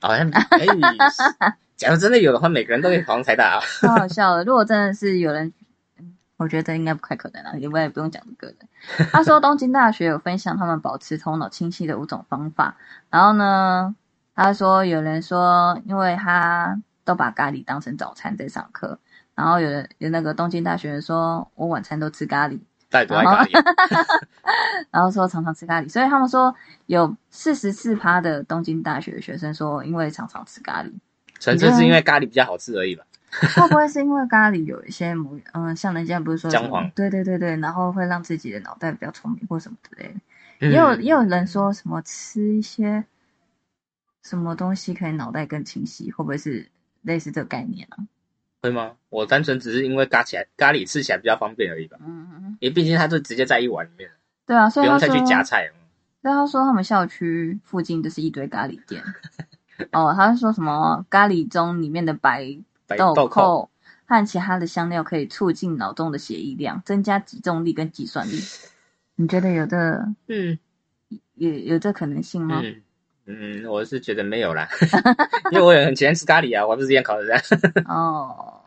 C: 好像哎， 假如真的有的话，每个人都可以考上台大啊。
B: 太好笑了。如果真的是有人，嗯我觉得应该不太可能啊，因为不用讲这个人。他说东京大学有分享他们保持头脑清晰的五种方法，然后呢，他说有人说，因为他都把咖喱当成早餐在上课，然后有人有那个东京大学人说，我晚餐都吃咖喱。
C: 到底多爱咖喱？
B: 哦然后说常常吃咖喱，所以他们说有四十四趴 的东京大学的学生说，因为常常吃咖喱，
C: 纯粹是因为咖喱比较好吃而已吧。
B: 会不会是因为咖喱有一些母，嗯、像人家不是说
C: 姜
B: 什么
C: 黄
B: 对对对对，然后会让自己的脑袋比较聪明或什么之类的。
C: 嗯
B: 也有也有人说什么吃一些什么东西可以脑袋更清晰，会不会是类似这个概念啊？
C: 会吗？我单纯只是因为咖起来咖喱吃起来比较方便而已吧，
B: 嗯，
C: 因为毕竟它就直接在一碗里面，
B: 对啊，所
C: 不
B: 以
C: 用
B: 他
C: 再
B: 说，
C: 去夹菜。嗯
B: 对他说他们校区附近就是一堆咖喱 店。哦，他是说什么咖喱中里面的白
C: 白
B: 豆
C: 豆蔻，
B: 蔻和其他的香料可以促进脑中的血液量，增加集中力跟计 算力。你觉得有这
C: 嗯
B: 有有这可能性吗？
C: 嗯嗯，我是觉得没有啦， 因为我也很喜欢吃咖喱啊，我还不是之前考 的这样。
B: 哦，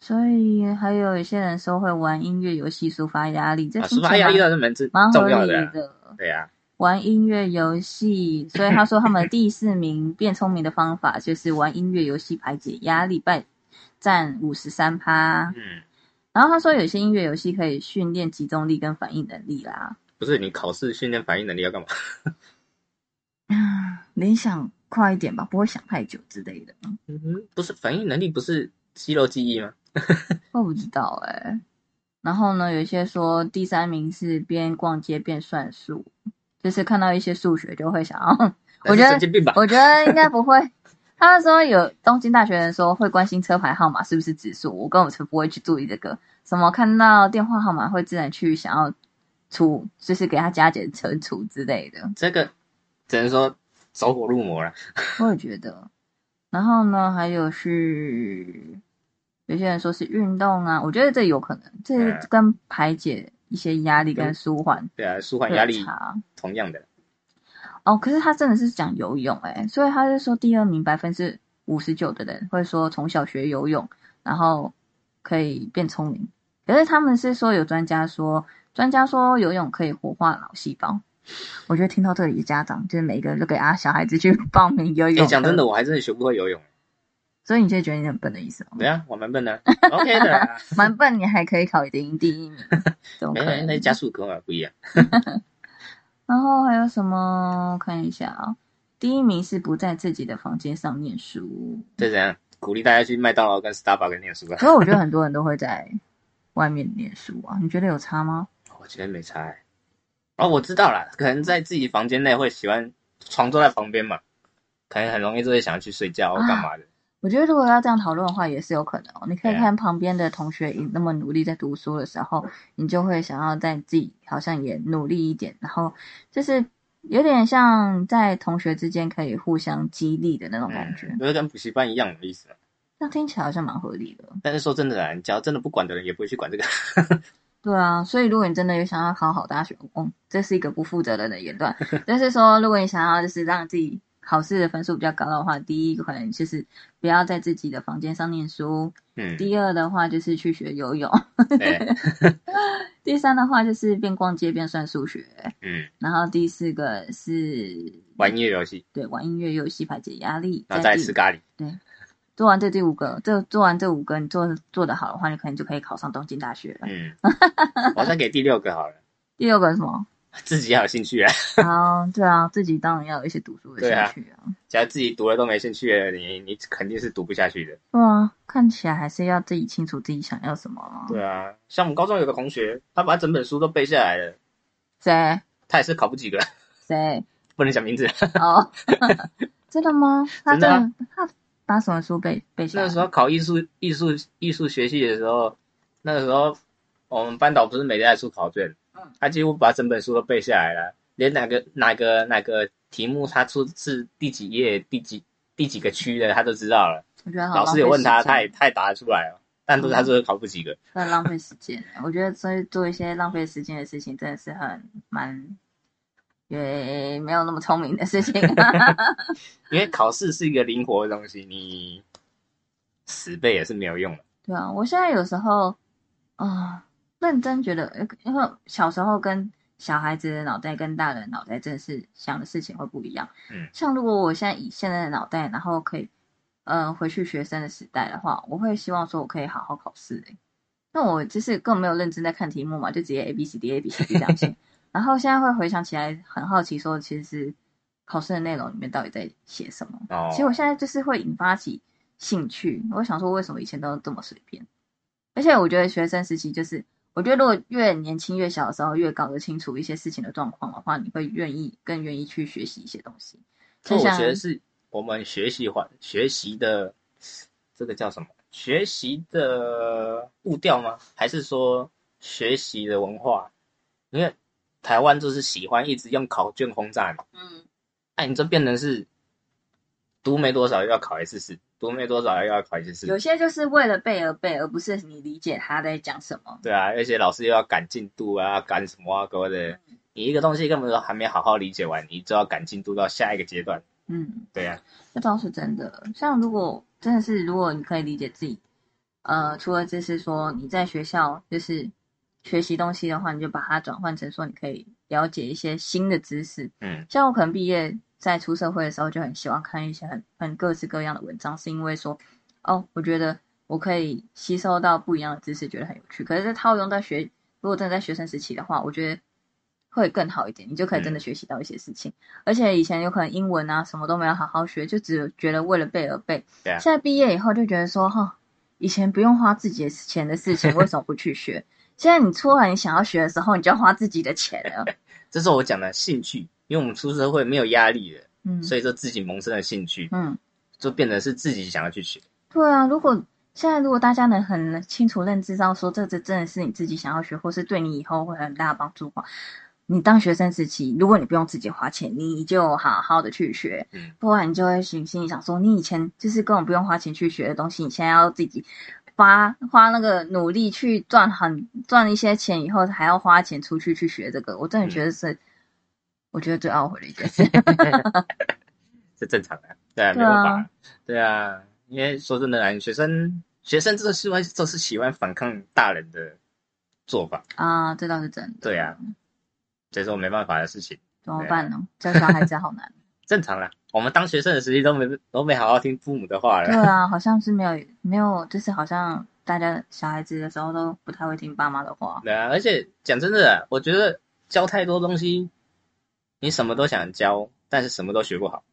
B: 所以还有一些人说会玩音乐游戏抒发压力，这
C: 啊
B: 听
C: 抒
B: 起
C: 发
B: 来
C: 压力
B: 蛮
C: 倒是蛮重
B: 蛮合
C: 重要
B: 理
C: 的啊，
B: 的。
C: 对啊，
B: 玩音乐游戏，所以他说他们第四名变聪明的方法就是玩音乐游戏排解压力，败占五十三趴。
C: 嗯，
B: 然后他说有些音乐游戏可以训练集中力跟反应能力啦。
C: 不是你考试训练反应能力要干嘛？
B: 联想快一点吧，不会想太久之类的。
C: 嗯，不是反应能力不是肌肉记忆吗？
B: 我不知道哎、然后呢，有一些说第三名是边逛街边算数，就是看到一些数学就会想要。 我
C: 那是
B: 觉得
C: 神经病吧，
B: 我觉得应该不 会。他说有东京大学人说会关心车牌号码是不是指数，我根本就不会去注意这个。什么看到电话号码会自然去想要除，就是给他加减乘除之类的。
C: 这个只能说走火入魔了。
B: 我也觉得。然后呢，还有是有些人说是运动啊，我觉得这有可能，这
C: 嗯
B: 跟排解一些压力跟舒缓
C: 对啊，舒
B: 会
C: 缓
B: 有
C: 压力
B: 差
C: 同样的，
B: 哦。可是他真的是讲游泳哎、所以他是说第二名百分之五十九的人会说从小学游泳，然后可以变聪明。可是他们是说有专家说，专家说游泳可以活化脑细胞。我觉得听到这里的家长，就是每一个人都给啊小孩子去报名游
C: 哎，
B: 泳。
C: 讲真的，，我还真的学不会游泳。
B: 所以你就觉得你很笨的意思吗？
C: 对啊，我 蛮笨的，OK 的啦。
B: 蛮笨，你还可以考赢第一 名，怎么
C: 没
B: 可
C: 有，那
B: 能？
C: 加速跟我不一样。
B: 然后还有什么？看一下啊、第一名是不在自己的房间上念书，
C: 这怎样？鼓励大家去麦当劳跟 Starbucks 念书啊？
B: 所以我觉得很多人都会在外面念书啊。你觉得有差吗？
C: 我觉得没差、欸。哦，我知道了，可能在自己房间内会喜欢床坐在旁边嘛，可能很容易就会想要去睡
B: 啊
C: 觉或干嘛的。
B: 我觉得如果要这样讨论的话，也是有可能哦、你可以
C: 对啊
B: 看旁边的同学那么努力在读书的时候，你就会想要在自己好像也努力一点，然后就是有点像在同学之间可以互相激励的那种感觉。
C: 嗯，就是跟补习班一样的意思嘛。
B: 那听起来好像蛮合理的。
C: 但是说真的啦，你只要真的不管的人，也不会去管这个。
B: 对啊，所以如果你真的有想要考好大学，嗯，这是一个不负责任的言 论。但是说，如果你想要就是让自己考试的分数比较高的话，第一可能就是不要在自己的房间上念书；
C: 嗯，
B: 第二的话就是去学游泳；
C: 对，
B: 第三的话就是边逛街边算数学；
C: 嗯，
B: 然后第四个是
C: 玩音乐游戏，
B: 对玩音乐游戏排解压力。
C: 然后再来
B: 第
C: 吃咖喱。
B: 做完这第五个，这做完这五个，你做做得好的话，你可能就可以考上东京大学了。
C: 嗯， 我再给第六个好了，
B: 第六个是什么？
C: 自己要有兴趣啊。
B: 啊，对啊，自己当然要有一些读书的兴
C: 对啊
B: 趣啊。
C: 假如自己读了都没兴趣了，你你肯定是读不下去的。
B: 对啊，看起来还是要自己清楚自己想要什么啊。
C: 对啊，像我们高中有个同学，他把整本书都背下来了，
B: 谁
C: 他也是考不及格，
B: 谁
C: 不能讲 名字。
B: 哦？ 真的吗？他
C: 真的啊
B: 他把什么书背背下来？
C: 那时候考艺术艺术艺术学系的时候，那个时候我们班导不是每天在出考卷
B: 嗯，
C: 他几乎把整本书都背下来了，连哪个哪个哪个题目他出是第几页第几第几个区的他都知道了。
B: 我觉得好
C: 老
B: 哦浪
C: 师
B: 费
C: 也问他，
B: 时间嗯
C: 他也他也答得出来了，但都是他就是考不及格。
B: 真的浪费时间。欸我觉得所以做一些浪费时间的事情，真的是很蛮也没有那么聪明的事情、
C: 因为考试是一个灵活的东西，你死背也是没有用的。
B: 对啊，我现在有时候啊、认真觉得，呃因为小时候跟小孩子的脑袋跟大人的脑袋真的是想的事情会不一样。
C: 嗯
B: 像如果我现在以现在的脑袋，然后可以，呃，回去学生的时代的话，我会希望说我可以好好考试、欸。那我就是更没有认真在看题目嘛，就直接 A B C D A B C D 这样写。然后现在会回想起来，很好奇说，其实考试的内容里面到底在写什么。
C: 哦
B: 其实我现在就是会引发起兴趣。我想说，为什么以前都这么随便？而且我觉得学生时期就是，我觉得如果越年轻越小的时候，越搞得清楚一些事情的状况的话，你会愿意更愿意去学习一些东西。
C: 这哦我觉得是我们学习环学习的这个叫什么？学习的步调吗？还是说学习的文化？因为台湾就是喜欢一直用考卷轰炸你。嗯。哎，你这变成是读没多少又要考一次试，读没多少又要考一次试。
B: 有些就是为了背而背，而不是你理解他在讲什么。
C: 对啊，而且老师又要赶进度啊，赶什么啊，哥的。嗯你一个东西根本都还没好好理解完，你就要赶进度到下一个阶段。
B: 嗯，
C: 对呀、啊，
B: 这倒是真的。像如果真的是，如果你可以理解自己，呃，除了就是说你在学校就是学习东西的话，你就把它转换成说你可以了解一些新的知识。
C: 嗯，
B: 像我可能毕业在出社会的时候，就很喜欢看一些很很各式各样的文章，是因为说，哦，我觉得我可以吸收到不一样的知识，觉得很有趣。可是套用在学，如果真的在学生时期的话，我觉得。会更好一点，你就可以真的学习到一些事情。嗯、而且以前有可能英文啊什么都没有好好学，就只觉得为了背而背。
C: 对啊。
B: 现在毕业以后就觉得说，哈、哦，以前不用花自己的钱的事 情，为什么不去学？现在你出来你想要学的时候，你就要花自己的钱了。
C: 这是我讲的兴趣，因为我们出社会没有压力了，
B: 嗯，
C: 所以说自己萌生了兴趣，
B: 嗯，
C: 就变成是自己想要去学。
B: 对啊，如果。现在，如果大家能很清楚认知到说，这这真的是你自己想要学，或是对你以后会很大帮助的话，你当学生时期，如果你不用自己花钱，你就好好的去学，
C: 嗯，
B: 不然你就会心心里想说，你以前就是根本不用花钱去学的东西，你现在要自己花花那个努力去赚很赚一些钱，以后还要花钱出去去学这个，我真的觉得是，嗯、我觉得最懊悔的一件 事，
C: 是正常的，对啊，没有法，对啊，因为说真的啦，学生。学生这是欢都是喜欢反抗大人的做法
B: 啊，这倒是真的。
C: 对啊，所以说没办法的事情，
B: 怎么办呢？教小孩子好难。
C: 正常啦，我们当学生的时期都没都没好好听父母的话了。
B: 对啊，好像是没有没有，就是好像大家小孩子的时候都不太会听爸妈的话。
C: 对啊，而且讲真的，我觉得教太多东西，你什么都想教，但是什么都学不好。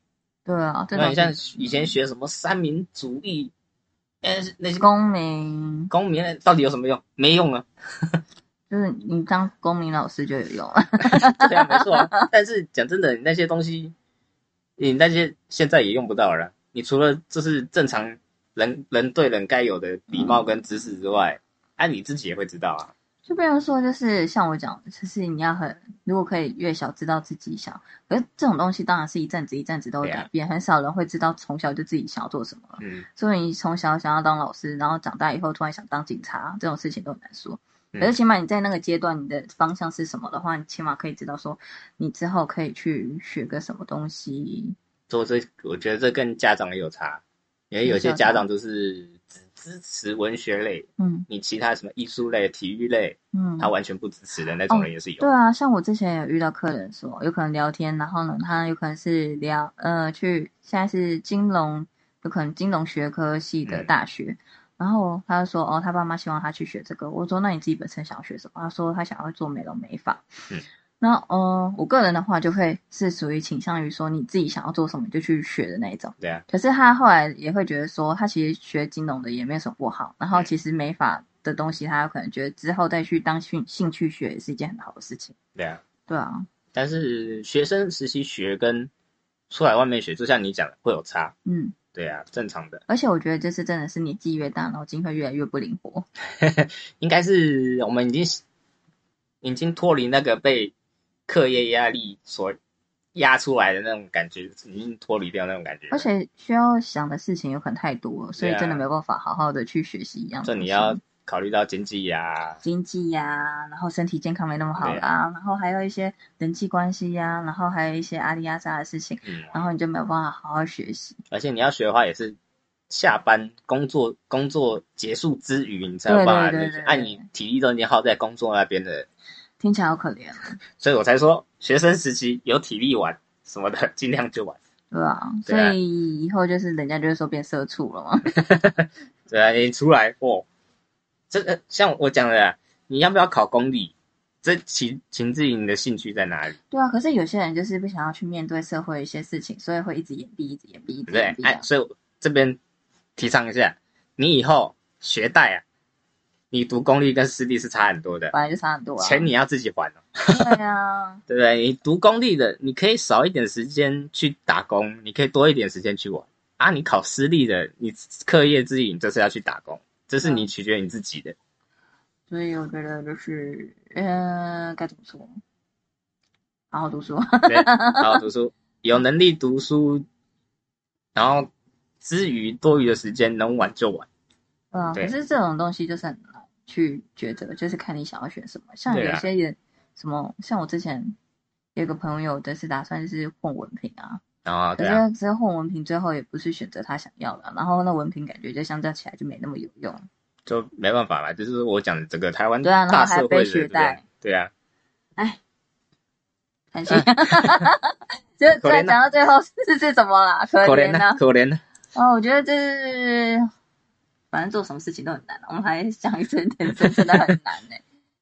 B: 对啊，
C: 那你像以前学什么三民主义。哎那些
B: 公民，
C: 公民到底有什么用？没用啊！
B: 就是你当公民老师就有用
C: 对啊，没错、啊。但是讲真的，你那些东西，你那些现在也用不到了。你除了就是正常人人对人该有的礼貌跟知识之外，哎、嗯啊，你自己也会知道啊。
B: 就比如说，就是像我讲，就是你要很，如果可以越小知道自己想，可是这种东西当然是一阵子一阵子都会
C: 啊
B: 改变，很少人会知道从小就自己想要做什么了。
C: 嗯，
B: 所以你从小想要当老师，然后长大以后突然想当警察，这种事情都很难说。可是起码你在那个阶段，你的方向是什么的话，你起码可以知道说，你之后可以去学个什么东西。
C: 做这，我觉得这跟家长也有差，因为有些家长就是。支持文学类，
B: 嗯，
C: 你其他什么艺术类、体育类，
B: 嗯，
C: 他完全不支持的那种人也是有、哦。
B: 对啊，像我之前有遇到客人说，有可能聊天，然后呢，他有可能是聊，呃，去现在是金融，有可能金融学科系的大学，嗯、然后他就说，哦，他爸妈希望他去学这个。我说，那你自己本身想学什么？他说他想要做美容美发。
C: 嗯，
B: 那嗯、呃，我个人的话就会是属于倾向于说你自己想要做什么就去学的那一种。
C: 对啊。
B: 可是他后来也会觉得说，他其实学金融的也没有什么不好，然后
C: 嗯
B: 其实美法的东西，他可能觉得之后再去当兴兴趣学也是一件很好的事情。
C: 对啊。
B: 对啊。
C: 但是学生实习学跟出来外面学，就像你讲的会有差。
B: 嗯。
C: 对啊，正常的。
B: 而且我觉得这是真的是年纪越大，脑筋会越来越不灵
C: 啊
B: 活。
C: 应该是我们已经已经脱离那个被。课业压力所压出来的那种感觉，已经脱离掉那种感觉。
B: 而且需要想的事情有可能太多了，所以真的没办法好好的去学习一样。
C: 啊这、
B: 啊、
C: 你要考虑到经济呀、啊，
B: 经济呀、啊，然后身体健康没那么好啦，然后还有一些人际关系呀，然后还有一些阿里阿扎的事情，
C: 嗯、
B: 然后你就没有办法好好学习。
C: 而且你要学的话，也是下班工作工作结束之余，你才有办法。按你体力都已经耗在工作那边的。
B: 听起来好可怜、啊，
C: 所以我才说学生时期有体力玩什么的， 尽量就玩。
B: 对啊，所以以后就是人家就会说变社畜了嘛。
C: 对啊，你出来哦，这个像我讲的，你要不要考公立？这取取自于你的兴趣在哪里？
B: 对啊，可是有些人就是不啊
C: 哎
B: 想要去面对社会一些事情，所以会一直掩蔽，一直掩蔽，一直掩蔽。
C: 哎，所以这边提倡一下，你以后学贷啊，你读公立跟私立是差很多的，
B: 本来就差很多啊。
C: 钱你要自己还哦，
B: 对啊，
C: 对不对？你读公立的，你可以少一点时间去打工，你可以多一点时间去玩啊。你考私立的，你课业之余，你就是要去打工，这是
B: 嗯
C: 你取决于你自己的。
B: 所以我觉得就是，嗯、该怎么说？好好读书，
C: 对，好好读书，有能力读书，然后之余多余的时间能玩就玩。
B: 对啊。
C: 对
B: 可是这种东西就是很难去抉择，就是看你想要选什么。像
C: 对啊
B: 有些人，什么像我之前有个朋友，就是打算是混文凭啊，
C: 然后
B: 可
C: 对啊，
B: 是只是混文凭最后也不是选择他想要的啊，然后那文凭感觉就相较起来就没那么有用。
C: 就没办法啦，就是我讲的整个台湾
B: 对啊然后
C: 大社
B: 还
C: 会
B: 被
C: 的，
B: 取
C: 对不对
B: 代？
C: 对啊，
B: 开心， 就
C: 嗯 可
B: 再
C: 怜啊
B: 讲到最后是是怎么啦？可
C: 可
B: 怜
C: 怜
B: 呐、
C: 啊，可怜啊，
B: 哦，我觉得这是，反正做什么事情都很难、啊。我们还讲一次，人生真的很难呢、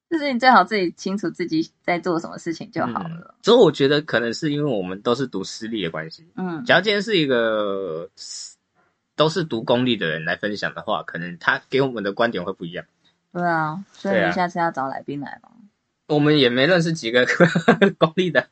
B: 就是你最好自己清楚自己在做什么事情就好了。
C: 嗯所以我觉得可能是因为我们都是读私立的关系，
B: 嗯，
C: 假如今天是一个都是读公立的人来分享的话，可能他给我们的观点会不一样。
B: 对啊，所以
C: 对啊
B: 你下次要找来宾来嘛。
C: 我们也没认识几个 公立的，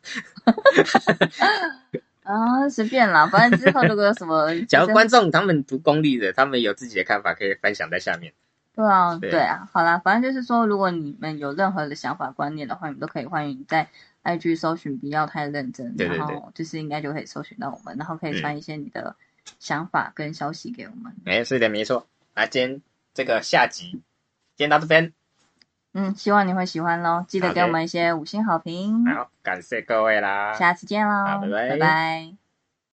B: 啊，随便啦，反正之后如果有什 么，
C: 假如
B: 就是
C: 观众他们读公立的，他们有自己的看法，可以分享在下面。
B: 对啊，
C: 对
B: 对啊，好啦，反正就是说，如果你们有任何的想法、观念的话，你们都可以欢迎在 IG 搜寻，不要太认真，
C: 对对
B: 然
C: 对
B: 后就是应该就可以搜寻到我们，然后可以
C: 嗯
B: 传一些你的想法跟消息给我们。
C: 哎，是的，没错。那今天这个下集，今天到这边，
B: 嗯，希望你会喜欢喽，记得
C: 好
B: 给
C: 的
B: 我们一些五星好评。
C: 好，感谢各位啦，
B: 下次见喽，
C: 好拜拜
B: 拜拜